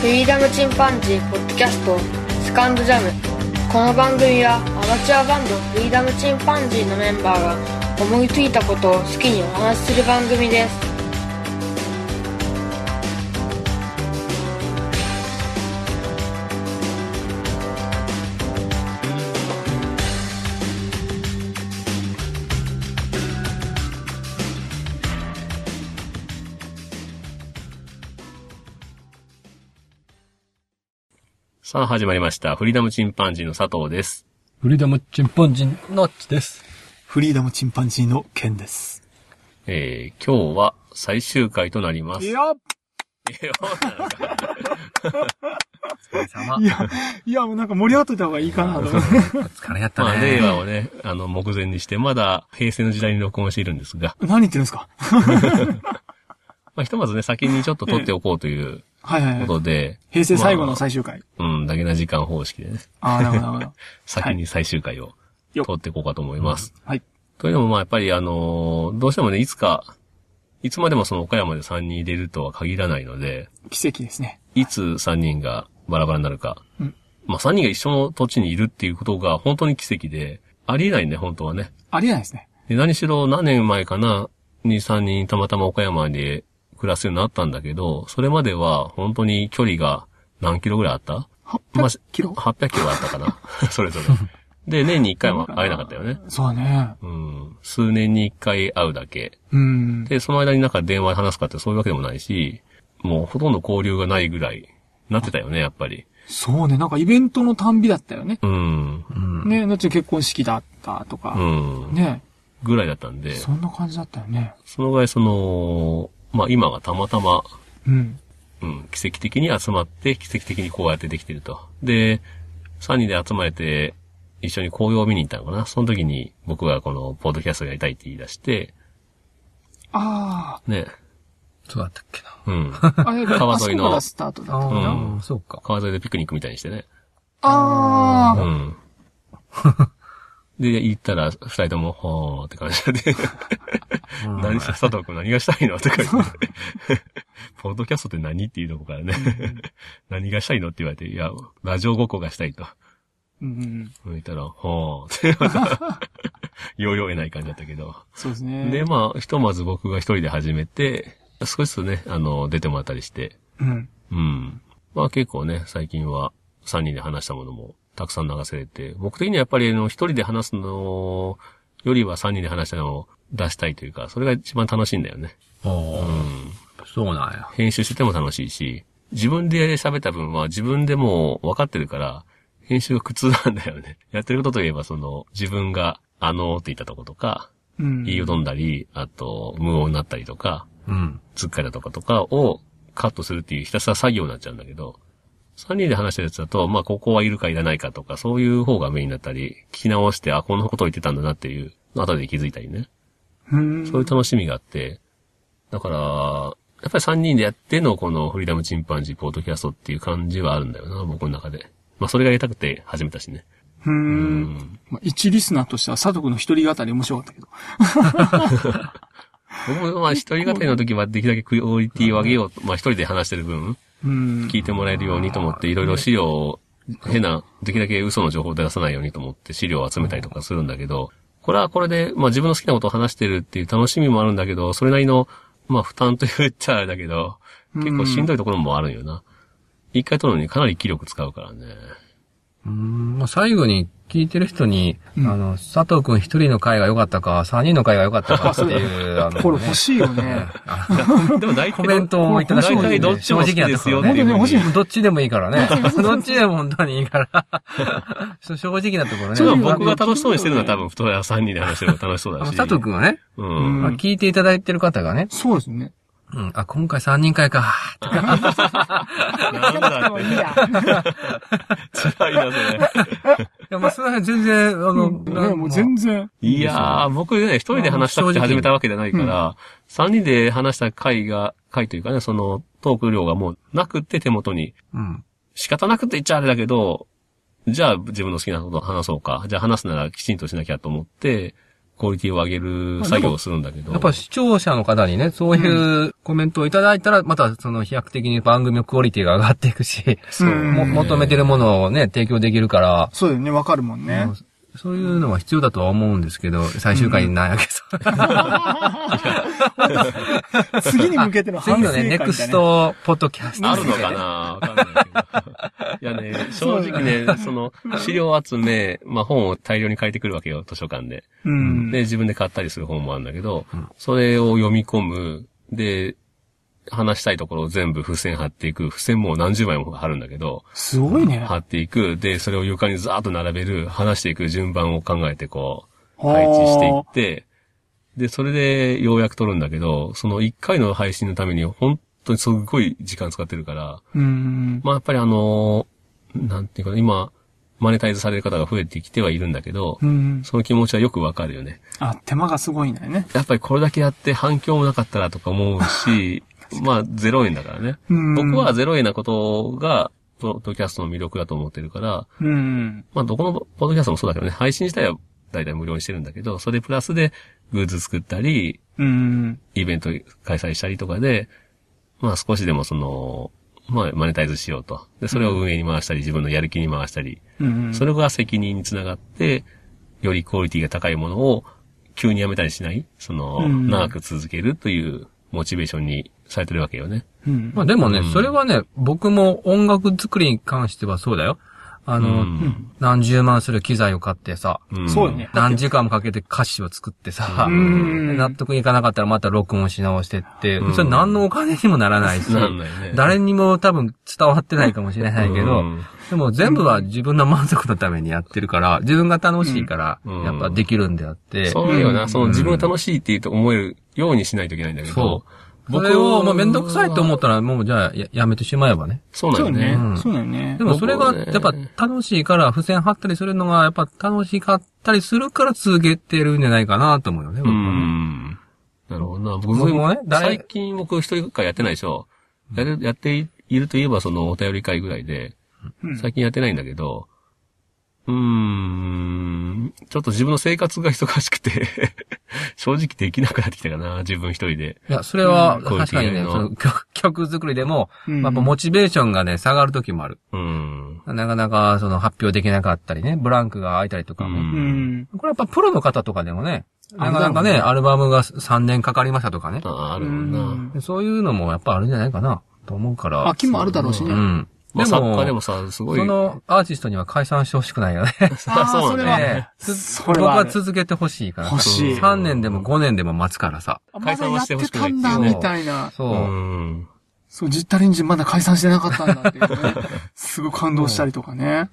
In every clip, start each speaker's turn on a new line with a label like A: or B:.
A: フリーダムチンパンジーポッドキャストセカンドジャムこの番組はアマチュアバンドフリーダムチンパンジーのメンバーが思いついたことを好きにお話しする番組です
B: さあ、始まりました。フリーダムチンパンジーの佐藤です。
C: フリーダムチンパンジンのっちです。
D: フリーダムチンパンジーの剣です。
B: えー、今日は最終回となります。
D: いや、
C: お疲れ様
D: い。や、いや、もうなんか盛り上がっといた方がいいかなと。
C: お疲れやった
B: まあ、
C: ね
B: 令。和をね、あの、目前にして、まだ 平成の時代に録音しているんですが、
D: 何言ってるんですか
B: まあ、ひとまずね、先にちょっと撮っておこうという
D: はいはい
B: こ
D: はい。
B: とで、
D: 平成最後の最終回。
B: うん、だけな時間方式でね、
D: ああ、なるほどなるほど。
B: 先に最終回を
D: よっ
B: 撮っていこうかと思います。
D: はい。
B: というのも、まあ、やっぱりあのーどうしてもね、いつか、いつまでもその岡山で3人入れるとは限らないので、
D: 奇跡ですね。
B: いつ3人がバラバラになるか。
D: うん
B: まあ3人が一緒の土地にいるっていうことが本当に奇跡で、ありえないんで、本当はね。
D: ありえないですね。
B: で、何しろ何年前かな、に3人たまたま岡山で暮らすようになったんだけど、それまでは本当に距離が何キロぐらいあったまあ
D: 800キロ
B: ?800 キロあったかな それぞれ。で、年に1回も会えなかったよね。
D: そうだね。
B: うん。数年に1回会うだけ。
D: うん。
B: で、その間になんか電話で話すかってそういうわけでもないし、もうほとんど交流がないぐらい、なってたよね、やっぱり。
D: そうね、なんかイベントのたんびだったよね。
B: うん。
C: うん
D: ね、のちに結婚式だったと
B: う
D: か。
B: ん。
D: ね、
B: ぐらいだったんで、
D: そんな感じだったよね。
B: そのぐらいその、まあ今がたまたま、
D: うん。
B: うん、奇跡的に集まって、奇跡的にこうやってできてると。で、3人で集まれて、一緒に紅葉を見に行ったのかなその時に僕がこの、ポッドキャストやりたいって言い出して、
D: あ
B: ね、
C: そうだったっけな。
B: うん。
D: あ、あれ、
B: 川
D: あそ
B: 沿い
D: こ
B: の
D: からスタートだったかな。
B: うん
C: そうか。
B: 川沿いでピクニックみたいにしてね。
D: あ
B: う
D: あ、
B: ん。で、行ったら、二人とも、ほーって感じで、何し、佐藤君何がしたいのとか言って、ポッドキャストって何っていうとこからね、 何がしたいのって言われて、いや、ラジオごっこがしたいと。
D: うんうん。
B: 言ったら、ほーって、ま た、要領得ない感じだったけど。
D: そうですね。
B: で、まあ、ひとまず僕が一人で始めて、少しずつね、あの、出てもらったりして、
D: うん。
B: うん。まあ結構ね、最近は3人で話したものもたくさん流せれて、僕的にはやっぱりあの、一人で話すのよりは3人で話したのを出したいというか、それが一番楽しいんだよね。
C: うん。そうなんや。
B: 編集してても楽しいし、自分で喋った分は自分でもう分かってるから、編集が苦痛なんだよね。 やってることといえばその、自分が、あのーって言ったとことか、
D: うん。
B: 言いを飛んだり、あと、無音になったりとか、
C: うん。
B: つっかえだとかとかをカットするっていうひたすら作業になっちゃうんだけど、3人で話してるやつだと、まあ、ここはいるかいらないかとか、そういう方がメインだったり、聞き直して、あ、こんなことを言ってたんだなっていう、後で気づいたりね。
D: うん。
B: そういう楽しみがあって、だから、やっぱり3人でやってのこのフリーダムチンパンジーポートキャストっていう感じはあるんだよな、僕の中で。まあ、それがやりたくて始めたしね。
D: うー。
B: うんん。
D: まあ、一リスナーとしては佐藤君の一人語り面白かったけど。
B: 僕もまあ、一人語りの時はできるだけクオリティを上げようと、まあ、一人で話してる分、
D: うん。
B: 聞いてもらえるようにと思って、いろいろ資料を、変な、できるだけ嘘の情報を出さないようにと思って資料を集めたりとかするんだけど、これはこれで、まあ自分の好きなことを話してるっていう楽しみもあるんだけど、それなりの、まあ負担と言っちゃあれだけど、結構しんどいところもあるんよな。一回撮るのにかなり気力使うからね。
C: うん。まあ、最後に聞いてる人に、
D: うん
C: あの、佐藤くん一人の回が良かったか、三人の回が良かったかっていう、あの、
D: これ欲しいよ ね。
C: あ
B: でも大体、
C: コメントをいただ
B: 大
C: く
B: 体どっちも好きですよっていうふうに。
D: 本当に欲しい
C: どっちでもいいからね。 どっちでも本当にいいから。 そう正直なところね。
B: ちょっと僕が楽しそうにしてるのは多分、太ら3人で話してるのが楽しそう
C: あ
B: だ
C: の
B: し。
C: 佐藤くんはね、
B: う
D: うん
B: ん。
C: まあ聞いていただいてる方がね、
D: そうですね。
C: うん、あ、今回3人会か、とか
B: なんだって。
A: いや
B: 辛いな、それ。
C: いや、まあ、それは全然、あの、な
D: ね、もう全然。
B: いやー、僕ね、一人で話したくて始めたわけじゃないから、三、人で話した回が、回というかね、そのトーク量がもうなくて手元に、
C: うん。
B: 仕方なくって言っちゃあれだけど、じゃあ自分の好きなことを話そうか。じゃあ話すならきちんとしなきゃと思って、クオリティを上げる作業をするんだけど。
C: やっぱ視聴者の方にね、そういうコメントをいただいたら、またその飛躍的に番組のクオリティが上がっていくし、
D: そう
C: も求めてるものをね、提供できるから、
D: そうだよね、わかるもんね。
C: そういうのは必要だとは思うんですけど、最終回になんやけ ど。
D: 次に向けての反
C: 次
D: 省
C: の
D: 会
C: ね、ネ
D: みたいな
C: クス。トポッドキャスト。
B: あるのかなわかんないけど。いやね、正直ね、その、資料集め、まあ本を大量に借りてくるわけよ、図書館で。
D: うん。
B: で、自分で買ったりする本もあるんだけど、それを読み込む。で、話したいところを全部付箋貼っていく。付箋もう何十枚も貼るんだけど、
D: すごいね。
B: 貼っていく。で、それを床にザーッと並べる。話していく順番を考えてこう、
D: あー
B: 配置していって、で、それでようやく撮るんだけど、その一回の配信のために本当にすごい時間使ってるから、
D: うん。
B: まあやっぱりあのーなんていうかな、今、マネタイズされる方が増えてきてはいるんだけど、
D: うん。
B: その気持ちはよくわかるよね。
D: あ、手間がすごいんだよね。
B: やっぱりこれだけやって反響もなかったらとか思うし、 まあ0円だからね。
D: うん
B: 僕は0円なことが、ポッドキャストの魅力だと思ってるから、
D: うん。
B: まあどこのポッドキャストもそうだけどね、配信自体は大体無料にしてるんだけど、それプラスでグッズ作ったり、
D: うん。
B: イベント開催したりとかで、まあ少しでもその、まあマネタイズしようと。で、それを運営に回したり、自分のやる気に回したり、
D: うん。
B: それが責任につながって、よりクオリティが高いものを急にやめたりしない、その、
D: うん
B: 長く続けるというモチベーションにされてるわけよね。
D: うん。
C: まあでもね、
B: うん
C: それはね、僕も音楽作りに関してはそうだよ。あ
B: あ
C: の、
D: うん
C: 何十万する機材を買ってさ、
B: うん
D: そうよね。
C: 何時間もかけて歌詞を作ってさ、
D: うん。
C: 納得いかなかったらまた録音し直してって、
B: うん
C: それ何のお金にもならないし、
B: なんないね。
C: 誰にも多分伝わってないかもしれないけど、
B: うん
C: でも全部は自分の満足のためにやってるから、自分が楽しいから
B: うん、
C: やっぱできるんであって、
B: そうよ
D: うん
B: な、その自分が楽しいって思えるようにしないといけないんだけど
C: そ、それをもうめんどくさいと思ったら、もうじゃあややめてしまえばね。
B: そうなん
D: そ
B: よ
D: う
B: ね
D: ね。
C: う。ん
D: そうだよね
C: で。もそれが、
B: 僕はね
C: やっぱ楽しいから、付箋貼ったりするのが、やっぱ楽しかったりするから続けてるんじゃないかなと思うよね。
B: う
C: 僕はね
B: ん。なるほどな。僕
C: 僕もね誰
B: 最近僕一人会やってないでしょ。やれやっているといえばそのお便り会ぐらいで、
D: うん
B: 最近やってないんだけど、うーん、ちょっと自分の生活が忙しくて、 正直できなくなってきたかな、自分一人で。
C: いや、それは、
B: こういう
C: 確かにね、
B: 気合いの
C: その曲 曲作りでも、
D: うん
C: やっぱモチベーションがね、下がる時もある。
B: うん。
C: なかなか、その発表できなかったりね、ブランクが空いたりとか
B: う
C: も。
D: うんん。
C: これやっぱプロの方とかでもね、
D: あ
C: なかなか
D: な
C: ね、
D: るほ
C: アルバムが3年かかりましたとかね。
B: ああ、あ
D: あ
B: るもんな。
C: そういうのもやっぱあるんじゃないかな、と思うから。
D: 秋もあるだろうし
C: う
D: ね。
C: ん。
B: まあ、作家でもさ、すごい。
C: そのアーティストには解散してほしくないよ ね。
B: あ
D: あー
B: そうなんだ
D: それは
B: ね。
C: ね
D: そそれ
C: 僕
D: はあ
C: は
D: る
C: 続けてほしいから
D: 欲しい。
C: 3年でも5年でも待つからさ。
D: あまだやってた
C: 解散はしてほ
D: んだ、
C: しくないっていうね
D: みたいな。
C: そうう。
B: ん。
D: そう、ジッタリンジンまだ解散してなかったんだっていうね。すごい感動したりとかね。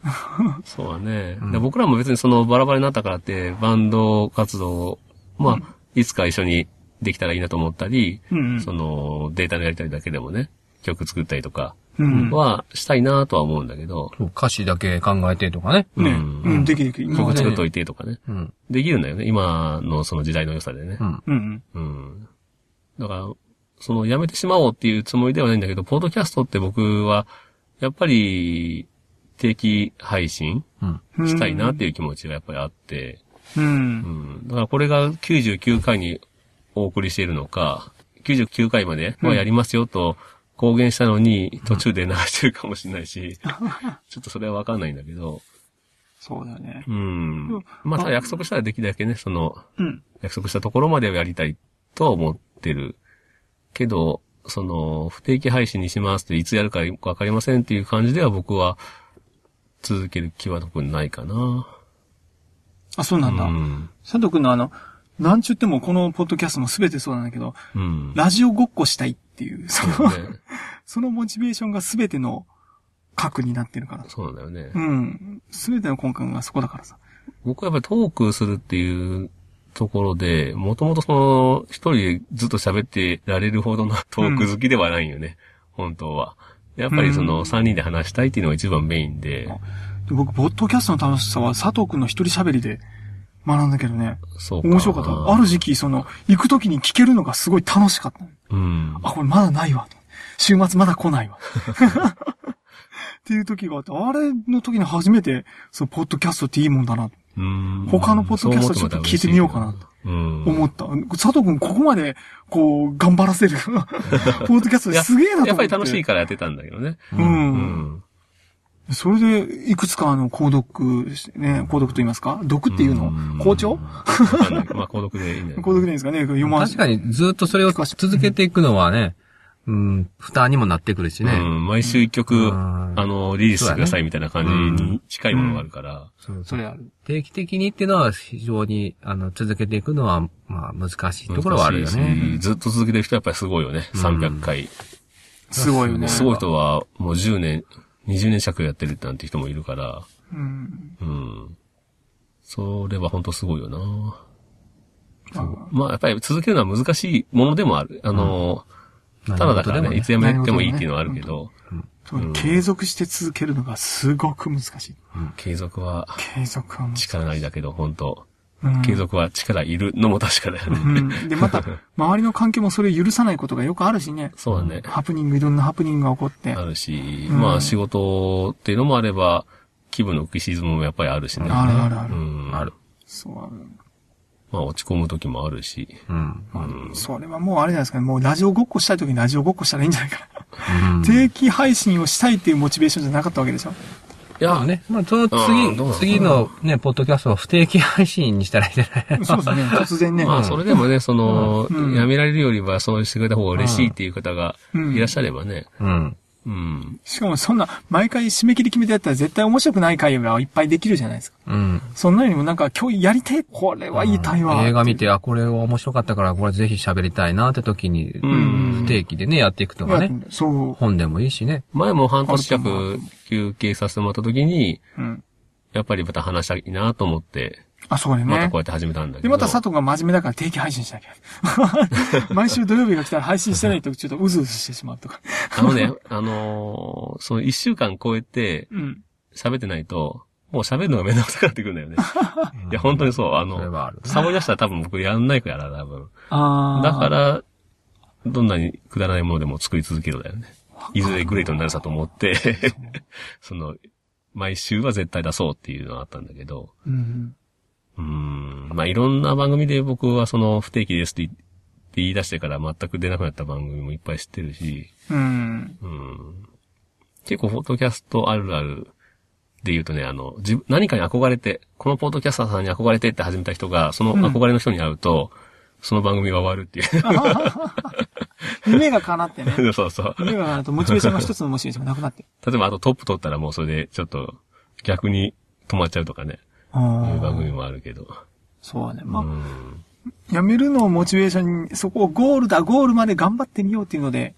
B: そうだね、
C: うん
B: で僕らも別にそのバラバラになったからって、バンド活動を、まあ、いつか一緒にできたらいいなと思ったり、
D: うんうん
B: そのデータのやりたりだけでもね、曲作ったりとか
D: うん。
B: はしたいなとは思うんだけど、
C: そう歌詞だけ考えてとかね。
B: う
D: ね。
B: ん
D: うん、できるできる。
B: 曲作っといてとかね、
C: うん。
B: できるんだよね、今のその時代の良さでね
C: う。ん。
D: うん。
B: うん。だから、そのやめてしまおうっていうつもりではないんだけど、ポッドキャストって僕は、やっぱり、定期配信
C: うん。
D: うん
B: したいなっていう気持ちがやっぱりあって、
D: う。
B: うんん。だからこれが99回にお送りしているのか、99回まではやりますよと公言したのに途中で流してるかもしれないし、 ちょっとそれはわかんないんだけど、
D: そうだよね。
B: うん。まあただ約束したらできるだけね、その、
D: うん。
B: 約束したところまでをやりたいとは思ってる。けど、その、不定期配信にしますっていつやるかよくわかりませんっていう感じでは僕は続ける気は特にないかな。
D: あ、そうなんだ。
B: うん。
D: 佐藤くんのあの、なんちゅってもこのポッドキャストも全てそうなんだけど、
B: うん。
D: ラジオごっこしたいっていう、そ
B: そう
D: の、
B: だよね
D: そのモチベーションが全ての核になってるから。
B: そうなんだよね。
D: うん。全ての根幹がそこだからさ。
B: 僕はやっぱりトークするっていうところで、もともとその、一人でずっと喋ってられるほどのトーク好きではないよね。本当は。やっぱりその、三人で話したいっていうのが一番メインで、
D: で僕、ポッドキャストの楽しさは佐藤くんの一人喋りで学んだけどね、
B: そうか。
D: 面白かった。ある時期、その、行く時に聞けるのがすごい楽しかった。
B: うん。
D: あ、これまだないわ。週末まだ 来ないわ。っていう時があって、あれの時に初めて、その、ポッドキャストっていいもんだな。
B: うん
D: 他のポッドキャストちょっと聞いてみようかな。
B: うん。
D: 思った。佐藤くん、ここまで、こう、頑張ら せる。ポッドキャストすげえなと思って。
B: やっぱり楽しいからやってたんだけどね。
D: う。
B: うんん。
D: それで、いくつかあの、購読してね、購読と言いますか読っていうの
B: ん
D: 校長
B: わかんないまあ、購読でいいんだよ。
D: 購読でいいんですかね読ま
C: 確かにずっとそれを続けていくのはね、うん、負担にもなってくるしね。
B: うん、毎週一曲、
C: うん
B: あの、リリースしてくださいみたいな感じに近いものがあるから、
C: そう
D: それある。
C: 定期的にっていうのは非常に、あの、続けていくのは、まあ、難しいところはあるよ
B: 難しい
C: ね。
B: しずっと続けてる人はやっぱりすごいよね。300回。
D: すごいよね。
B: すごい。人はもう10年、20年尺やってるなんて人もいるから、
D: うん。
B: うん。それは本当すごいよな。
D: あ
B: まあ、やっぱり続けるのは難しいものでもある。あの、ただだからね、いつやめてもいいっていうのはあるけど、
D: そう継続して続けるのがすごく難しい。
B: 継続は
D: 継続は難しい。
B: 力なりだけど、本当
D: うん
B: 継続は力いるのも確かだよね。
D: うん。で、また、周りの環境もそれを許さないことがよくあるしね。
B: そうだね。
D: ハプニング、いろんなハプニングが起こって
B: あ。るし、
D: うん
B: まあ仕事っていうのもあれば、気分の浮き沈むもやっぱりあるしね。
D: あるあるあ
B: う
D: る。
B: ん。
C: ある。。
D: そうある。
B: まあ落ち込む時もあるし。
C: うん。
B: うん。
D: それはもうあれじゃないですかね。もうラジオごっこしたい時にラジオごっこしたらいいんじゃないかな。
C: うん
D: 定期配信をしたいっていうモチベーションじゃなかったわけでしょ。
B: いや、ね。
C: ね、まあ、その
B: うんどうなの
C: 次、次のね、ポッドキャストは不定期配信にしたらいいんじゃない
D: そうですね。突然ね。
B: まあそれでもね、その、
D: うん
B: やめられるよりはそうしてくれた方が嬉しいっていう方が
D: うん
B: いらっしゃればね。
C: うん。
B: うん。
D: しかもそんな、毎回締め切り決めてやったら絶対面白くない回がいっぱいできるじゃないですか。
C: うん。
D: そんなよりもなんか今日やりてえこれはいい対話。
C: 映画見て、あ、これは面白かったから、これぜひ喋りたいなって時に、
B: ん
C: 不定期でね、やっていくとかね。
D: そう。
C: 本でもいいしね。
B: 前も半年弱休憩させてもらった時に、
D: うん。
B: やっぱりまた話したいなと思って、
D: あ、そうだよね。
B: またこうやって始めたんだけ
D: で、
B: ど。
D: また佐藤が真面目だから定期配信しなきゃ。 毎週土曜日が来たら配信してないとちょっとうずうずしてしまうとか。
B: あのね、あのーその一週間超えて、
D: うん。
B: 喋ってないと、もう喋るのがめんどくさくなってくるん だよね。いや、本当にそう。あ
C: それ
B: の、
C: はある。
B: サボり出したら多分僕やんないから、多分。
D: あー
B: だか、ら、どんなにくだらないものでも作り続けるだよね。いずれグレートになるさと思 って、その、毎週は絶対出そうっていうのがあったんだけど、
D: うん。
B: うーん、まあいろんな番組で僕はその不定期ですって言って言い出してから全く出なくなった番組もいっぱい知ってるし、
D: うん。
B: うん結構、ポッドキャストあるあるで言うとね、あの、自分何かに憧れて、このポッドキャスターさんに憧れてって始めた人が、その憧れの人に会うと、その番組が終わるっていう。
D: 夢が叶ってね。
B: そうそう。
D: 夢が叶うとモチベーションが一つのモチベーションがなく なって。
B: 例えば、あとトップ取ったらもうそれで、ちょっと、逆に止まっちゃうとかね、
D: あ
B: いう番
D: あ。
B: 組もあるけど。
D: そうだね。
B: う
D: ま
B: ん。
D: あ、やめるのをモチベーションに、そこをゴールだ、ゴールまで頑張ってみようっていうので、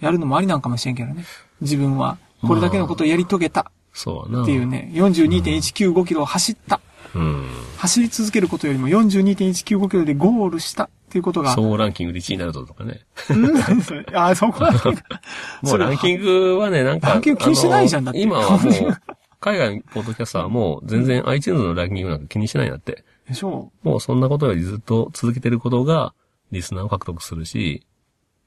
D: やるのもありなんかもしれんけどね。自分は、これだけのことをやり遂げた
B: そうやな。
D: っていう。ね、42.195キロを走った。
B: うん。
D: 走り続けることよりも42.195キロでゴールしたっていうことが、
B: 総合ランキングで1位になるぞとかね。
D: うん何それあ、そこは、
B: もうランキングはね、なんか。
D: ランキング気にしてないじゃんだって
B: あの今はもう、海外のポッドキャスターはもう全然 iTunes のランキングなんか気にしてないなって。
D: でしょ
B: もうそんなことよりずっと続けてることが、リスナーを獲得するし、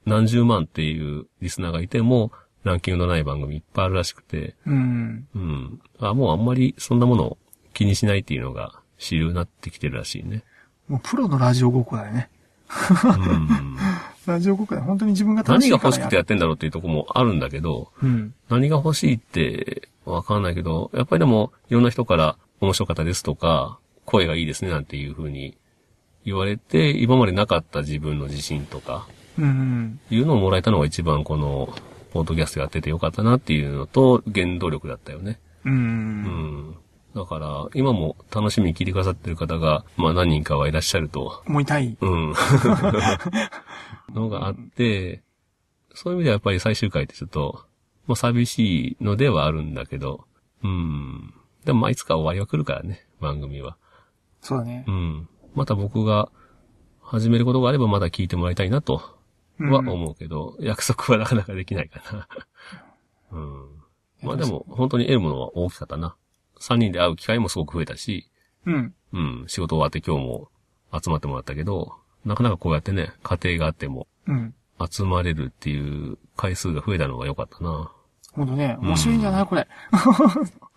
B: 何十万っていうリスナーがいても、ランキングのない番組いっぱいあるらしくて、
D: う。うん。
B: うん。あもうあんまりそんなものを気にしないっていうのが主流になってきてるらしいね。
D: もうプロのラジオごっこだよね。
B: うん。
D: ラジオごっこだよ。本当に自分が楽
B: 何
D: しい
B: が
D: か
B: 欲
D: ら
B: し
D: や
B: く
D: る
B: てやってんだろうっていうとこもあるんだけど、
D: うん。
B: 何が欲しいってわかんないけど、やっぱりでもいろんな人から面白かったですとか、声がいいですねなんていう風に言われて、今までなかった自分の自信とか、
D: うん。
B: いうのをもらえたのが一番この、ポッドキャストやっててよかったなっていうのと、原動力だったよね。
D: う。
B: うんん。だから、今も楽しみに聞いてくださってる方が、まあ何人かはいらっしゃると、
D: もう痛い。
B: うん。のがあって、そういう意味ではやっぱり最終回ってちょっと、まあ寂しいのではあるんだけど、うん。でもまあいつか終わりは来るからね、番組は。
D: そうだね
B: う。ん。また僕が始めることがあればまだ聞いてもらいたいなと
D: うん
B: は思うけど、約束はなかなかできないかな。うん。まあでも、本当に得るものは大きかったな。3人で会う機会もすごく増えたし、
D: うん。
B: うん、仕事終わって今日も集まってもらったけど、なかなかこうやってね、家庭があっても
D: うん。
B: 集まれるっていう回数が増えたのが良かったな。
D: ほんとね、面白いんじゃないこれ。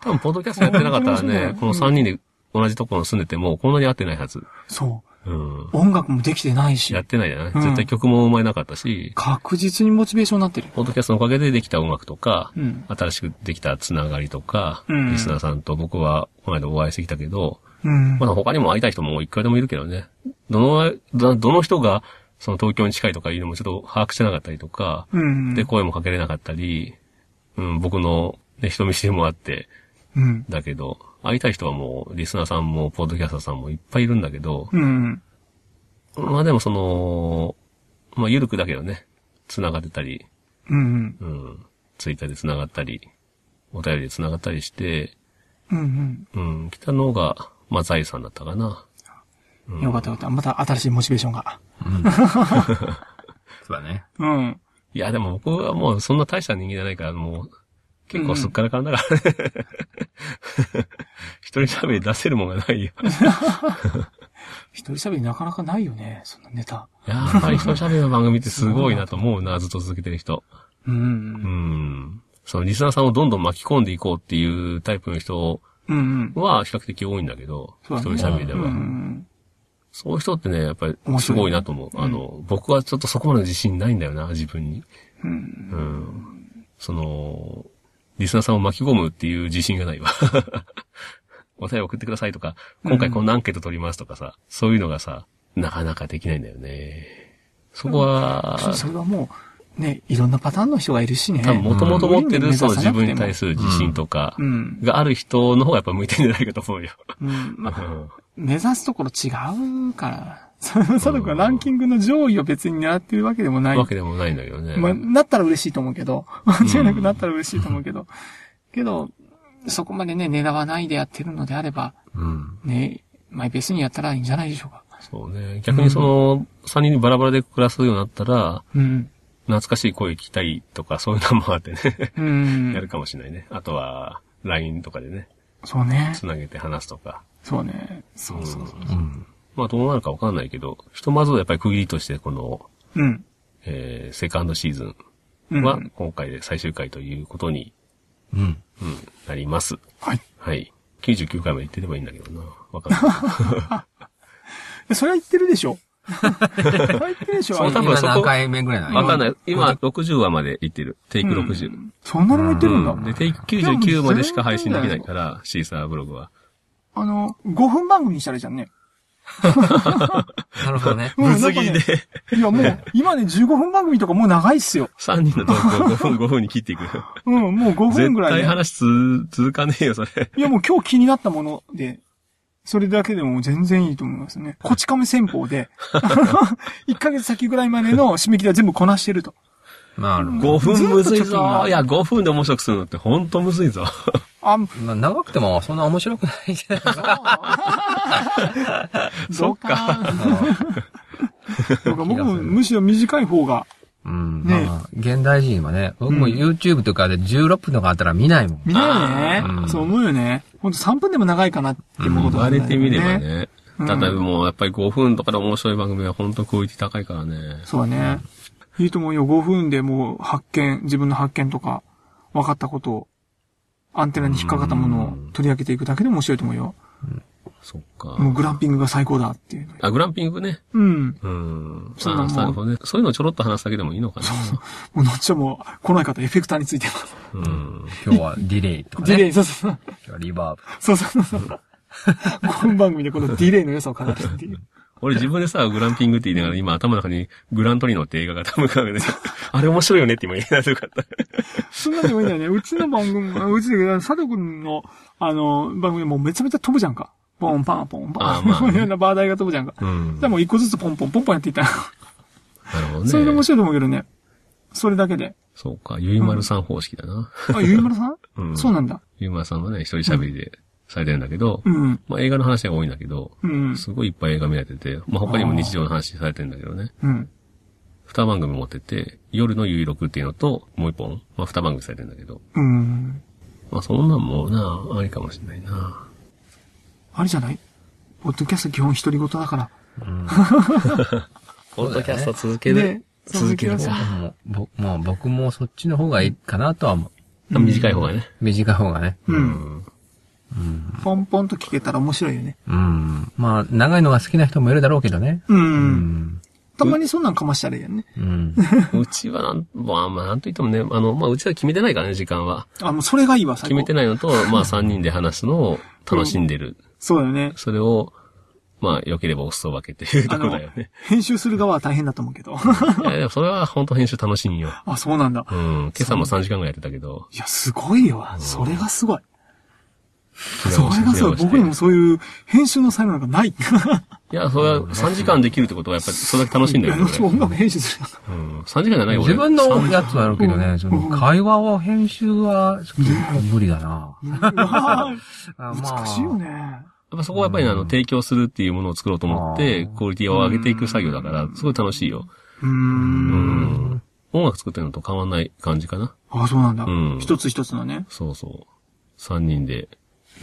B: 多分、ポッドキャストやってなかったら
D: うん
B: ね、この3人で同じところに住んでても、こんなに会ってないはず。
D: そう。
B: うん。
D: 音楽もできてないし
B: やっ、てないじゃない、
D: うん
B: 絶対曲も生まれなかったし、
D: 確実にモチベーションになってる。
B: ポッドキャストのおかげでできた音楽とか、
D: うん
B: 新しくできたつながりとか、
D: うん
B: リスナーさんと僕はこの間お会いしてきたけど、
D: うん
B: ま。だ他にも会いたい人もいくらでもいるけどね。どの、どどの人が、その東京に近いとかいうのもちょっと把握してなかったりとか、
D: うん。
B: で、声もかけれなかったり、うん、僕の、ね、人見知りもあって、
D: うん。
B: だけど、会いたい人はもう、リスナーさんも、ポッドキャスターさんもいっぱいいるんだけど、
D: うん。
B: まあでもその、まあ、ゆるくだけどね、繋がってたり、
D: うん。
B: うん、ツイッターで繋がったり、お便りで繋がったりして、
D: うん。
B: うん、来たのが、まあ、財産だったかな。
D: うん。よかったよかった。また新しいモチベーションが。
C: そうだね。
D: うん。
B: いや、でも僕はもうそんな大した人間じゃないから、もう、結構すっからかんだからね。 一人喋り出せるもんがないよ。
D: 一人喋りなかなかないよね、そんなネタ。
B: いやー、やっぱり一人喋りの番組ってすごいなと思うな、ずっと続けてる人。
D: う。
B: うんん。そのリスナーさんをどんどん巻き込んでいこうっていうタイプの人
D: うん。うん。
B: は比較的多いんだけど、
D: そ
B: 一
D: うだ
B: 人
D: ね
B: 喋りで
D: う
B: は。
D: ん。
B: そういう人ってね、やっぱり
D: 面白い
B: すごいなと思う。あの、僕はちょっとそこまで自信ないんだよな、自分に。
D: うん。
B: うん。その、リスナーさんを巻き込むっていう自信がないわ。 お便り送ってくださいとか、今回こんなアンケート取りますとかさ、そういうのがさ、なかなかできないんだよね。そこは、
D: そそれはもう、ね、いろんなパターンの人がいるしね。
B: 多分元々持って
D: うん
B: るその自分に対する自信とか
D: う、ん。
B: がある人の方がやっぱ向いてんじゃないかと思うよ。
D: うん。 まあ
B: うん
D: 目指すところ違うから、 その佐藤君はランキングの上位を別に狙ってるわけでもない
B: わ。けでもないんだけどね。
D: まあ、なったら嬉しいと思うけど、間違いなくなったら嬉しいと思うけど、けど、そこまでね、狙わないでやってるのであれば、
B: うん。
D: ね、マイペースにやったらいいんじゃないでしょうか。
B: そうね。逆にその、3人バラバラで暮らすようになったら、
D: うん。
B: 懐かしい声聞きたいとかそういうのもあってね。
D: う
B: やる
D: ん。
B: かもしれないね。あとは、LINE とかでね、
D: そうね。
B: つなげて話すとか。
D: そうね。そうそうそう。
C: うん。
B: まあどうなるかわかんないけど、ひとまずやっぱり区切りとしてこの、
D: うん。
B: えー、セカンドシーズ
D: う
B: ン
D: ん。
B: は今回で最終回ということに、
C: うん。
B: うん、なります。
D: はい。
B: はい。99回まで言ってればいいんだけどな。わかんない。
D: でそれは言ってるでしょ。 それは言ってるでしょ。
B: そう多分
C: 今
B: そこ
C: 何回目ぐらいなの。
B: わかんないい。今60話まで言ってる。テイク60。
D: うんそんなのも言ってるんだ。
B: うんで、テイク99までしか配信できないから、シーサーブログは。
D: あの、5分番組にしたらいいじゃんね。
C: なるほどね。
D: うん
B: ぶつ切りで
D: なんかねいや、もう、今ね、15分番組とかもう長いっすよ。
B: 3人の動画を5分5分に切 っていく。
D: うん、もう5分
B: 絶
D: ぐらい
B: 対
D: で。
B: 話つ続かねえよ、それ。
D: いや、もう今日気になったもので、それだけでも全然いいと思いますね。こち亀戦法で、1ヶ月先ぐらいまでの締め切りは全部こなしてると。
C: なるほ
B: 5分むずい
D: ずっと貯金
B: ぞ
D: が
B: いや、5分で面白くするのってほんとむずいぞ。
D: あ、
C: ど。まあ長くてもそんな面白くないじゃないか。
D: そっか。僕
C: 気が
D: も
C: する
D: むしろ短い方が、
C: うん。
D: ね
C: まあ、現代人はね、僕も
D: うん
C: YouTube とかで16分とかあったら見ないもん。
D: 見ないよ
C: う
D: ね。
C: ん
D: そう思うよね。ほんと3分でも長いかなって思うこと
B: 言わ
D: は
B: れてみれば
D: ね。
B: ね。
D: う
B: た
D: ん
B: だもうやっぱり5分とかで面白い番組はほんとクオリティ高いからね。
D: そうだね。いいと思うよ。5分でもう発見、自分の発見とか、分かったことを、アンテナに引っかかったものを取り上げていくだけでも面白いと思うよ。
B: そっか。
D: もうグランピングが最高だっていう。
B: あ、グランピングね。
D: うん。
B: うん。
D: そうな
B: あ
D: の
B: なるほどね。そういうのちょろっと話すだけでもいいのかな。
D: もうのっちはもう、来ない方、エフェクターについてます。
B: うん。
C: 今日はディレイとか
D: ディレ
C: ね。
D: イ、 そうそう
C: 今日はリバーブ。
D: そう。そうそうそう。この番組でこのディレイの良さを語るっていう。
B: 俺自分でさ、グランピングって言いながら今頭の中にグラントリノって映画が多分浮か んで、あれ面白いよねって今言えないとよかった。
D: そんなでもいいんだよね。うちの番組、うちで、佐藤くんの、あの、番組もうめちゃめちゃ飛ぶじゃんか。ポンパン、ポンパ
B: あ まあね
D: ン。いろんなバーダイが飛ぶじゃんか。
B: うん。
D: でもう一個ずつポンポン、ポンポンやっていったら、
B: なるほどね。
D: それで面白いと思うけどね。それだ けで。
B: そうか、ゆいまるさん方式だな。
D: あ、ゆいまるさ
B: うんん
D: そうなんだ。
B: ゆいまるさんはね、一人喋りでされてるんだけど、
D: うん。
B: まあ映画の話が多いんだけど、
D: うん。
B: すごいいっぱい映画見られてて、まあ他にも日常の話されてんだけどね。
D: うん。
B: 二番組持ってて、夜の有録っていうのと、もう一本、まあ二番組されてんだけど。
D: うん。
B: まあそんなんもな、ありかもしれないな。
D: あれじゃないポッドキャスト基本独り言だから。
B: ポッドキャスト続け
D: で、
B: 続ける
D: そう
B: か。
C: もうぼまあ僕もそっちの方がいいかなとは思う。
B: 短い方がね。
C: 短い方がね。
D: うん。
B: うん。
D: ポンポンと聞けたら面白いよね。
C: うん。まあ、長いのが好きな人もいるだろうけどね。
D: うん。
C: うん。
D: たまにそんなんかましたらいいよね。
C: うん。
B: うちはなん、まあまあ、なんといってもね、あの、まあ、うちは決めてないからね、時間は。
D: あ、もうそれがいいわ、最
B: 決
D: 高
B: めてないのと、まあ、3人で話すのを楽しんでる。
D: そうだよね。
B: それを、まあ、良ければお裾分けっていうところだよね。
D: 編集する側は大変だと思うけど。
B: いや、でもそれは本当編集楽しいんよ。
D: あ、そうなんだ
B: う。ん。今朝も3時間ぐらいやってたけど。
D: いや、すごいよ。それがすごい。
B: れ
D: それがすごい。僕にもそういう編集の才能なんかない。
B: いや、それは3時間できるってことはやっぱりそれだけ楽し いんだよね。
D: 私も音楽編集 する
B: 俺うん。3時間じゃない俺。
C: 自分のやつはあるけどね、その
D: うん
C: 会話を編集は、ちょっと無理だな。
D: やん。
C: あまあ
D: 難しいよね。
B: やっぱそこはやっぱりねあの、提供するっていうものを作ろうと思って、
C: あー
B: クオリティを上げていく作業だから、すごい楽しいよ。
D: うーん。
B: うん。音楽作ってるのと変わんない感じかな。
D: あ、そうなんだ
B: うん。
D: 一つ一つのね。
B: そうそう。3人で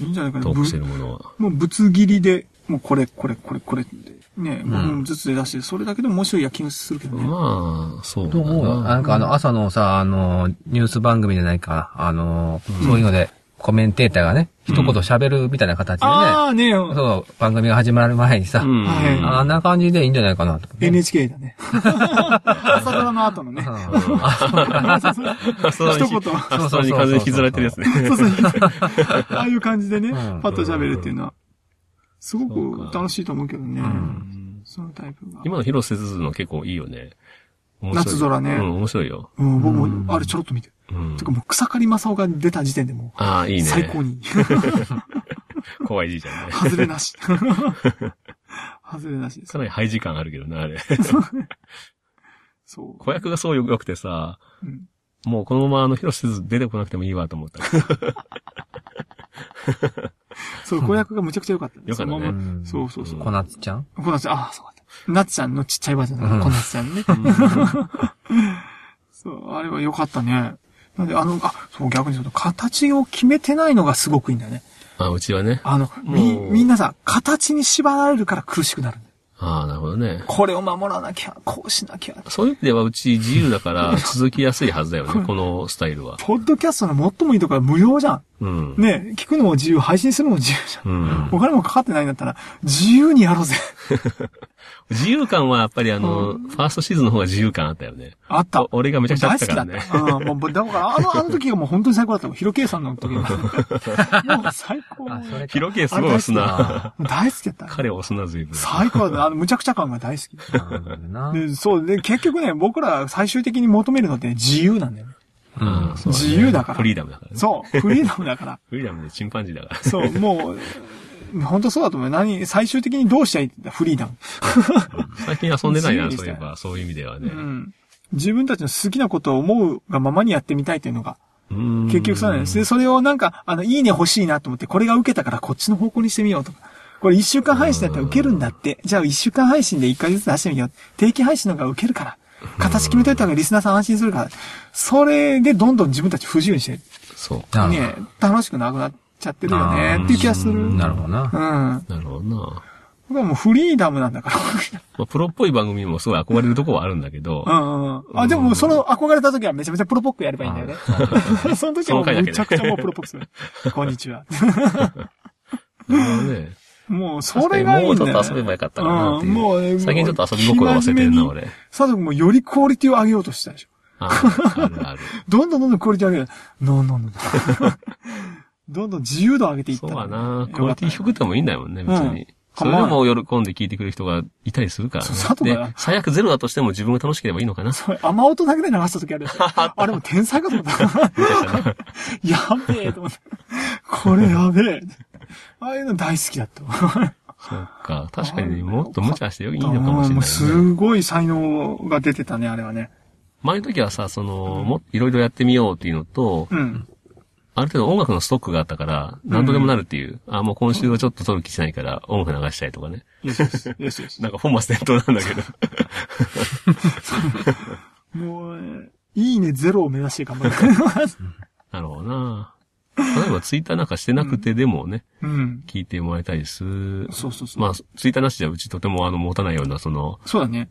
D: いいんじゃないかな。
B: トークして
D: ぶ
B: るものは。
D: もうぶつ切りで、もうこれ、これ、これ、これって。ね、
C: ん
D: うん、ずつで出して、それだけでも面白いや気がするけどね。
B: まあ、そうだ
C: どう思うわな
B: な。
C: んかあの、朝のさ、あの、ニュース番組じゃないか、あの、そういうので、コメンテーターがね、一言喋るみたいな形でね、
D: ああ、ね
C: そう、番組が始まる前にさ、
B: うん。
D: はい
C: あんな感じでいいんじゃないかなと。
D: NHK だね。朝ドラの後のね。
B: さすがに、
D: 一言
B: さすがに完全に引きずられてるやつね。
D: ああいう感じでね、
C: うん
D: パッと喋るっていうのは、すご
B: そう
D: く
B: か
D: 楽しいと思うけどね。
B: ん
D: そのタイプが。
B: 今の広瀬すずの結構いいよね。面白い
D: 夏空ね
B: うん、面白いよ。
D: うん、僕も、あれちょろっと見て。
B: うん
D: て。かもう草刈正雄が出た時点でも、
B: ああ、いいうね。
D: 最高に。
B: 怖いじいちゃんね。
D: 外れなし。 外れなしです
B: か。なり廃時間あるけどな、あ れ。
D: そう。
B: 子役がそうよくてさ、
D: うん
B: もうこのままあの、広瀬すず出てこなくてもいいわと思った。
D: そう、子役がむちゃくちゃ良かったんで
B: 良か
D: す
B: った
D: そ
B: ね
D: のまま。。そうそうそう。
C: 小夏ちゃん
D: 小夏ちゃん、ああ、そうだった。なつちゃんのちっちゃいバージョンだ
C: う
D: ね
C: ん
D: 小夏ちゃんね。 そう、あれは良かったね。なんで、あの、あ、そう、逆にその形を決めてないのがすごくいいんだよね。
B: あ、うちはね。
D: あの、み、
B: もう
D: みんなさ、形に縛られるから苦しくなるんだよ。
B: ああ、なるほどね。
D: これを守らなきゃ、こうしなきゃ。
B: そういう意味ではうち自由だ から続きやすいはずだよね、このスタイルは。
D: ポッドキャストの最もいいところは無料じゃ
B: うん。
D: ん。ね、聞くのも自由、配信するのも自由じゃん。
B: うん。
D: お金もかかってないんだったら、自由にやろ うぜ。
B: 自由感はやっぱりあの、ファーストシーズンの方が自由感あったよね。
D: あった。
B: お俺がめちゃくちゃあったからね
D: 大好きだった。うん、もう、だから、あの、あの時がもう本当に最高だった。ヒロケイさんの時が。 もう最高。
B: ヒロケすごい押すな。
D: 大好きだった。
B: 彼を押すな、随分。
D: 最高だった。あの、むちゃくちゃ感が大好き。
C: な。
D: で、そう、で、結局ね、僕ら最終的に求めるのって自由なんだよね。
B: うんそうね
D: 自由だから
B: フリーダムだからね。
D: そう、フリーダムだから。
B: フリーダムでチンパンジーだから。
D: そう、もう、本当そうだと思う。何、最終的にどうしたいって言ったらフリーダム。
B: 最近遊んでないな、
D: 自由でし
B: そう
D: た
B: いえ
D: よ
B: ば、そういう意味ではね
D: う。ん。自分たちの好きなことを思うがままにやってみたいっていうのが、結局そうなんです。で、それをなんか、あの、いいね欲しいなと思って、これが受けたからこっちの方向にしてみようとか。これ一週間配信だったら受けるんだって。じゃあ一週間配信で一回ずつ出してみよう。定期配信の方が受けるから。形決めといた方がリスナーさん安心するから。それでどんどん自分たち不自由にして
B: そう。
C: なる
D: ね、楽しくなくなっちゃってるよねっていう気がする。うん。
C: なるほどな。
B: なるほどな。
D: 僕はもうフリーダムなんだから。
B: まあ、プロっぽい番組にもすごい憧れるとこはあるんだけど、
D: うんうんうん。あ、でも、その憧れた時はめちゃめちゃプロポックやればいいんだよね。その時はもうめちゃくちゃもうプロポックする。こんにちは。
B: なるほどね。
D: もう、そ
B: 確か
D: れ
B: に
D: がいい
B: も
D: ん
B: う
D: だ
B: ち
D: よ、
B: ょ
D: ね。
B: っと遊べばよかったかなっていう。
D: うんもうねもう
B: 最近ちょっと遊び心忘れてるな、俺。
D: 佐藤君もよりクオリティを上げようとしたでしょ。
B: あーあ るある。
D: どんどんどんどんクオリティを上げる。 どんどんどんどん。どんどん自由度を上げていっ
B: そ
D: た
B: う
D: ら
B: は
D: ね、
B: な。ク
D: よ
B: オリ
D: かった
B: テ
D: ね
B: ィ低くてもいいんだよね、別
D: うん
B: に。それで
D: 構
B: も喜んで聞いてくれる人がいたりするから、ね
D: そう佐。藤が
B: で、最悪ゼロだとしても自分が楽しければいいのかな。
D: これ雨音だけで流した 時あるでしょ。あれもう天才かと思った。やべえと思った。これやべえ。ああいうの大好きだった。
B: そうか。確かにもっと無茶してよいいのかもしれ
D: うん
B: ない、ね。
D: すごい才能が出てたね、あれはね。
B: 前の時はさ、その、もいろいろやってみようっていうのと、
D: うん。
B: ある程度音楽のストックがあったから、何度でもなるっていう。あ、もう今週はちょっと撮る気しないから音楽流したいとかね。
D: よしよし。 よしよし。
B: なんか本末転倒なんだけど。
D: もうね、いいねゼロを目指して頑張る。
B: なるほどな。例えばツイッターなんかしてなくてでもね、
D: うん。
B: 聞いてもらいたいです。
D: そうそうそう。
B: まあ、ツイッターなしじゃうちとてもあの持たないような、その、
D: そうだね。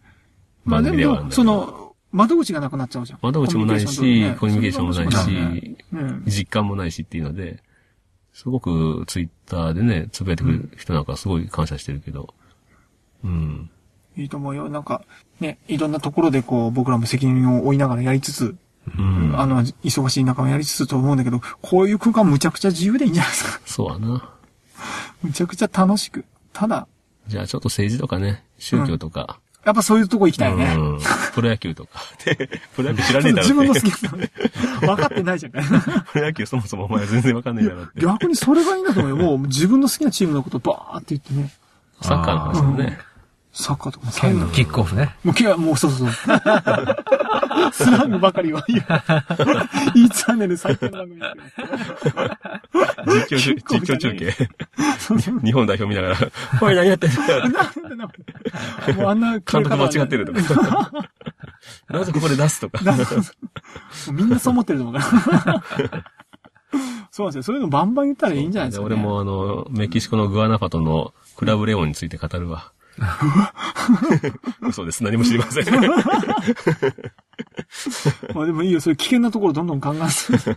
D: まあ
B: 番
D: で
B: 組ではあるん
D: も、
B: だけ
D: そ
B: ど
D: の、窓口がなくなっちゃうじゃん。
B: 窓口もないし、コミュニケーションも
D: 取
B: な
D: る
B: い
D: ね
B: し、
D: うん。
B: 実感もないしっていうので、すごくツイッターでね、つぶやいてくれる人なんかすごい感謝してるけど。うん。
D: いいと思うよ。なんか、ね、いろんなところでこう、僕らも責任を負いながらやりつつ、
B: うん。
D: あの、忙しい中もやりつつと思うんだけど、こういう空間むちゃくちゃ自由でいいんじゃないですか。
B: そうやな。
D: むちゃくちゃ楽しく。ただ、
B: じゃあちょっと政治とかね、宗教とか、
D: やっぱそういうとこ行きたいね。
B: うん、プロ野球 とか。で、プロ野球知ら
D: ち
B: ね
D: ょ
B: え
D: っと
B: だ
D: 自
B: ろ
D: 分
B: っ
D: の
B: て
D: 好。きなのね 分かってないじゃんか。
B: プロ野球そもそもお前全然わかんねえだろって。
D: 逆にそれがいいんだと思 うよ。もう自分の好きなチームのことバーって言ってね。
B: サッカーの話もね。
D: サッカーとかもサ
C: 剣の
D: ッ
C: キックオフね。
D: もう、けはもう、そうそうそう。スラングばかりは 言う。いいチャンネル最低の番組だ
B: 実況中、
D: け構
B: 実況中継。
D: どそうそう。
B: 日本代表見ながら、おい何やってんだよ
D: もうあんな
B: 監督間違ってると
D: も
B: か。なぜここで出すと か。
D: うみんなそう思ってると思うから。そうなんですよ。そういうのバンバン言ったらいいんじゃないですか、ね。
B: 俺。もあの、メキシコのグアナファトのクラブレオンについて語るわ。 嘘です。何も知りません。
D: まあでもいいよ。そういう危険なところどんどん考えて。そうなっ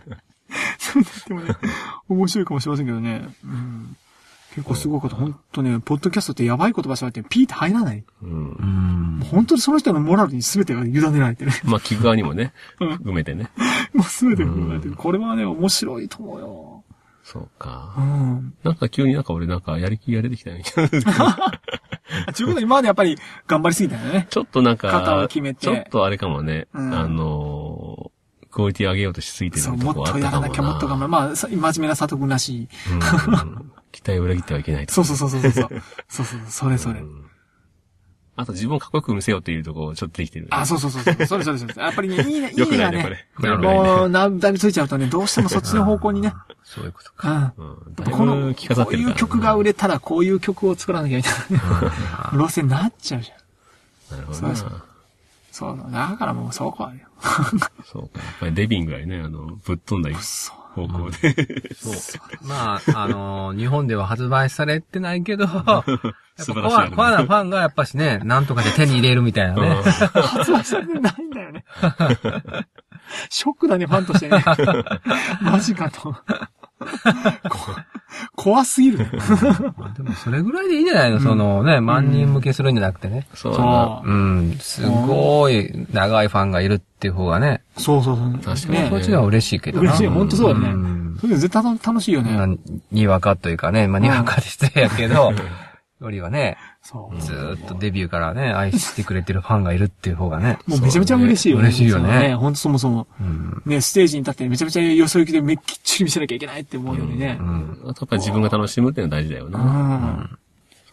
D: てもね、面白いかもしれませんけどね。うん結構すごいこと、本当ね、ポッドキャストってやばい言葉しゃべってピーって入らない。
B: うん
C: うん。
D: 本当にその人のモラルに全てが委ねられてる。
B: まあ、聞く側にもね、含めてね。
D: もう全てが委ねられてる。これはね、面白いと思うよ。
B: そう
D: う
B: か。
D: ん。
B: なんか急になんか俺なんかやりきりが出てきたみたいな。
D: ということで今までやっぱり頑張りすぎたよね。
B: ちょっとなん
D: 型を
B: か、
D: 決めて
B: ちょっとあれかもね、
D: うん
B: あのー、クオリティ上げようとしすぎてる
D: そう、
B: と
D: も
B: こ
D: っ
B: はあ
D: と
B: っ
D: や
B: たからも
D: な
B: な。
D: きゃ、もっと頑張る。まあ、さ真面目な佐藤君らしい。
B: うん期待を裏切ってはいけないと
D: そうそうそうそうそう。そうそうそう、それそれ。
B: あと自分をかっこよく見せようっていうところちょっとできてる。
D: あ、そうそうそうそう。それそれそれ。やっぱ りね、いいね、い
B: よ
D: い
B: く
D: ね
B: な
D: が
B: いね、これ。。
D: ね
C: なるほどね
D: もう、な、だいぶついちゃうとね、どうしてもそっちの方向にね。
C: そういうことか。
D: うん。
B: うんだい
D: こ
B: ぶ
D: の、
B: 着飾っ
D: こ
B: て
D: う
B: る
D: い
B: から、
D: う曲が売れたら、こういう曲を作らなきゃみたいなね。路線になっちゃうじゃん。
B: なるほどな。
D: そ
B: そうう
D: そうそう。だからもう、そこはね。
B: か。やっぱりデビンぐらいね、あの、ぶっ飛んだ
D: そう。
B: 方向で、
C: そう。まあ、あのー日本では発売されてないけど、やっぱ
B: 素晴らしい
C: コアコアなファンがやっぱしね、なんとかで手に入れるみたいなね。
D: 発売されてないんだよね。ショックだね、ファンとしてね。マジかと。こ怖すぎるね。
C: まあでもそれぐらいでいいんじゃないのそのね、万人向けするんじゃなくてね。
B: そうだな。
C: うん、すごい長いファンがいるっていう方がね、
D: そうそうそう。
B: 確かに
C: そ
D: ね
C: っちの方が嬉しいけどな。
D: 嬉しい。本当そうだね
C: ん。
D: それ絶対楽しいよ
C: まあ
D: ね。
C: にわかというかね、まあ、にわかで失礼やけ ど、よりはね、
D: そう。
C: ずーっとデビューからね、愛してくれてるファンがいるっていう方がね。
D: もうめちゃめちゃ嬉しいよね。
C: 嬉しいよね
D: そう本当そもそも。
C: うん。
D: ね、ステージに立ってめちゃめちゃよそ行きでめっきっちり見せなきゃいけないって思うよりね
C: う。
B: あ
C: ん。
B: とやっぱり自分が楽しむっていうのは大事だよ
D: う
B: な。
D: ん。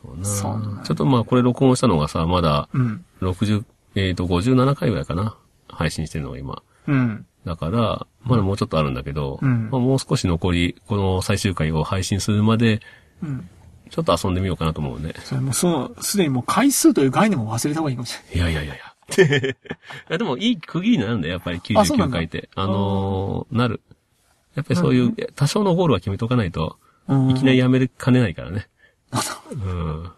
B: そうな
D: そうなんだ
B: ちょっとまあこれ録音したのがさ、まだ
D: うん。
B: 60、えっ、と、57回ぐらいかな。配信してるのが今。
D: うん。
B: だから、まだもうちょっとあるんだけど、
D: うん
B: まあ、もう少し残り、この最終回を配信するまで、
D: うん。
B: ちょっと遊んでみようかなと思うね。
D: それもうその、すでにもう回数という概念も忘れた方がいいかもしれない。
B: いやいやいや いや。いやでもいい区切りになるんだよ、やっぱり
D: あそうなん
B: 99
D: だ
B: 回って。あのーなる。やっぱりそういう、多少のゴールは決めとかないと、
D: うん
B: いきなりやめるかねないから ね。うん。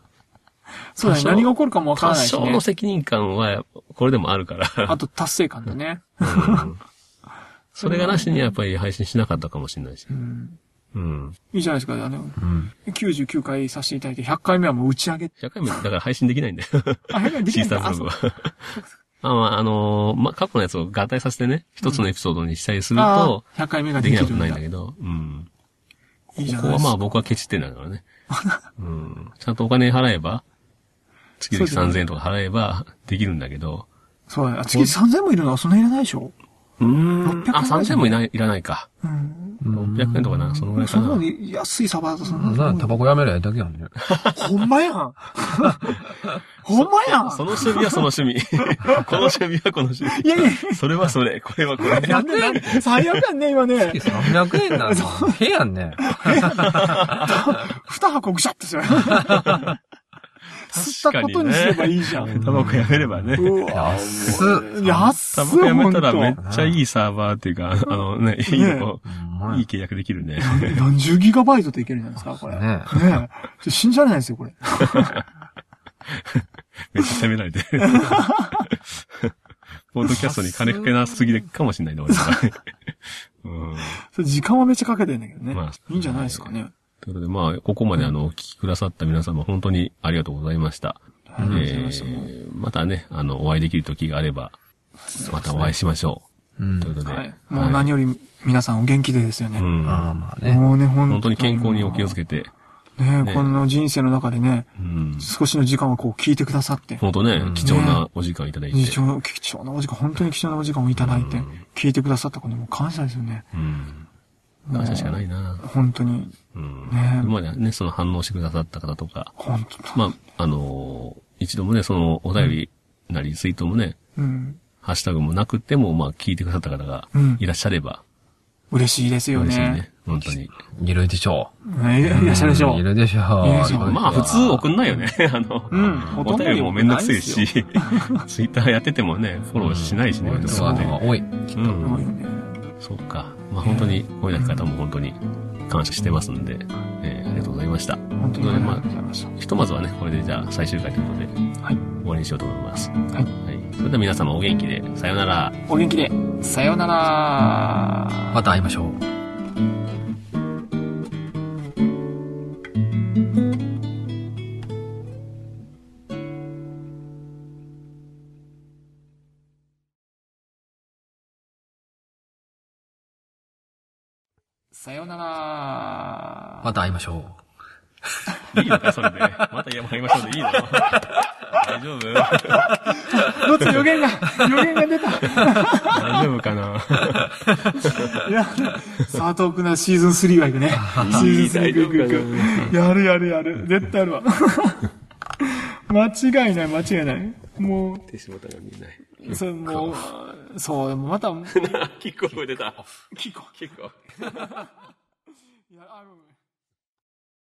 D: そうだね。
B: 多少
D: 何が起こるかもわから
B: 多
D: ないし
B: 少
D: ね
B: の。責任感は、これでもある から。
D: あと達成感だね。
B: うんそれがなしにやっぱり配信しなかったかもしれないし。
D: うん。
B: うん。
D: いいじゃないですか。あの、
C: うん。
D: 99回させていただいて、100回目はもう打ち上げ。
B: 100回もだから配信できないんだよ。
D: あ、100回でき
B: シー
D: ないん
B: サー
D: だあ
B: ブロ
D: そ
B: グは。
D: う
B: あ、まあ、あのーまあ、過去のやつを合体させてね、一つのエピソードにしたりする
D: あ
B: と、
D: ー100回目が
B: でき
D: でき
B: な
D: る
B: くな
D: んだ。
B: いんだけど、うん。
D: いいじゃ
B: こ
D: な
B: こ
D: いで
B: は
D: す
B: ま
D: か
B: あ。僕はケチってんだからね。うん。ちゃんとお金払えば、月々
D: そうです
B: 3000円とか払えばできるんだけど。
D: そうだよ。月3000もいるのはそんなにいらないでしょ
B: うーん
D: 600
B: あ、3000円もいないいらないか。
D: うん。
B: 600円とかな、そのぐら
D: も
B: い
D: う
B: か
D: そん
B: な。
D: なに安いサーバーだとそんな
C: な、タバコやめりゃええだけやんね。
D: ほんまや ん。ほんまや
B: そ
D: ん。
B: の趣味はその趣味。 この趣味はこの趣味。
D: いやいや
B: それはそれ、これはこれ。
D: なんでなんで最悪やんね、今ね。
C: 300円なんだ。へえやんね。
D: 二箱ぐしゃっ としよう。吸ったことにすればいいじゃん。
B: タバコやめればね。
D: うわ
C: 安っ。
D: 安
B: タ
D: っ
B: バコやめたら
D: ほんと
B: めっちゃいいサーバーっていうか、あのね、いいの、いい契約できるね。
D: 何十ギガバイトでいけるんじゃないですか、これ。ね
C: ね
D: え。ちょっと信じられないですよ、これ。
B: めっちゃ責めら れてる。 ポッドキャストに金かけなすぎるかもしれないね、俺は。うん
D: それ時間はめっちゃかけてんだけどね。
B: まあ
D: いいんじゃないですかね。
B: ということで、まあ、ここまであの、お聞きくださった皆様、本当にありがとうございました。
D: ありがとうございました
B: えーまたね、あの、お会いできる時があれば、またお会いしましょう。
C: うん
B: ということで、
D: はい。もう何より皆さんお元気でですよね。
B: うん
C: ああ、まあね。
D: もうね、本当
B: 本当に健康にお気をつ
D: け
B: けて、
D: ね
B: ね
D: この人生の中でね、
B: うん、
D: 少しの時間をこう聞いてくださって、
B: 本当ね、貴重なお時間いただいて、
D: 貴重な、貴重なお時間、本当に貴重なお時間をいただいて、聞いてくださったことにもう感謝ですよね。
B: うん、感謝しかないな。
D: 本当に、
B: うん、
D: ね
B: 今までね、その反応してくださった方とか、
D: 本当だ
B: まあ、あのー一度もね、そのお便りなり、ツイートもね、
D: うん。
B: ハッシュタグもなくても、まあ、聞いてくださった方が
D: うん
B: いらっしゃれば、
D: 嬉しいですよ
B: 嬉しい
D: ね
B: ね。。本当に。
C: いるでしょ
D: ねいらっしゃるでしょ
C: う。
D: う
C: い。るでしょう。
D: いるでしょう
B: まあ、普通送んないよね。 あの、
D: うん
B: お便りもめんどくせえし、
D: お
B: ツイッターやっててもね、フォローしないしね。
C: うん
B: そ
C: そうう
B: ね
C: ね。多い。
B: うん
D: 多いよね。
B: そうか。まあ、本当に、声だけ方も本当に感謝してますんで、えーありがとうございました。
D: 本当にありがとうございました。
B: ひとまずはね、これでじゃあ最終回ということで、
D: はい。
B: 終わりにしようと思います。
D: はい
B: それでは皆様お元気で、さようなら。
D: お元気で、さようなら。
C: また会いましょう。
D: さようなら。
C: また会いましょう。
B: いいのか、そ れで。また山買いましょうでいいの大丈夫
D: どっち予言が、予言が出た。
B: 大丈夫かない
D: や、 佐藤くんならシーズン3は行くね。シーズン3行く行く。やるやるやる。絶対やるわ。 間違いない、間違いない。も
B: 手仕事が見えない。
D: う、それもう、そう、また、い
B: キックオフ出た。キックオフ。キックオフ。
D: やあの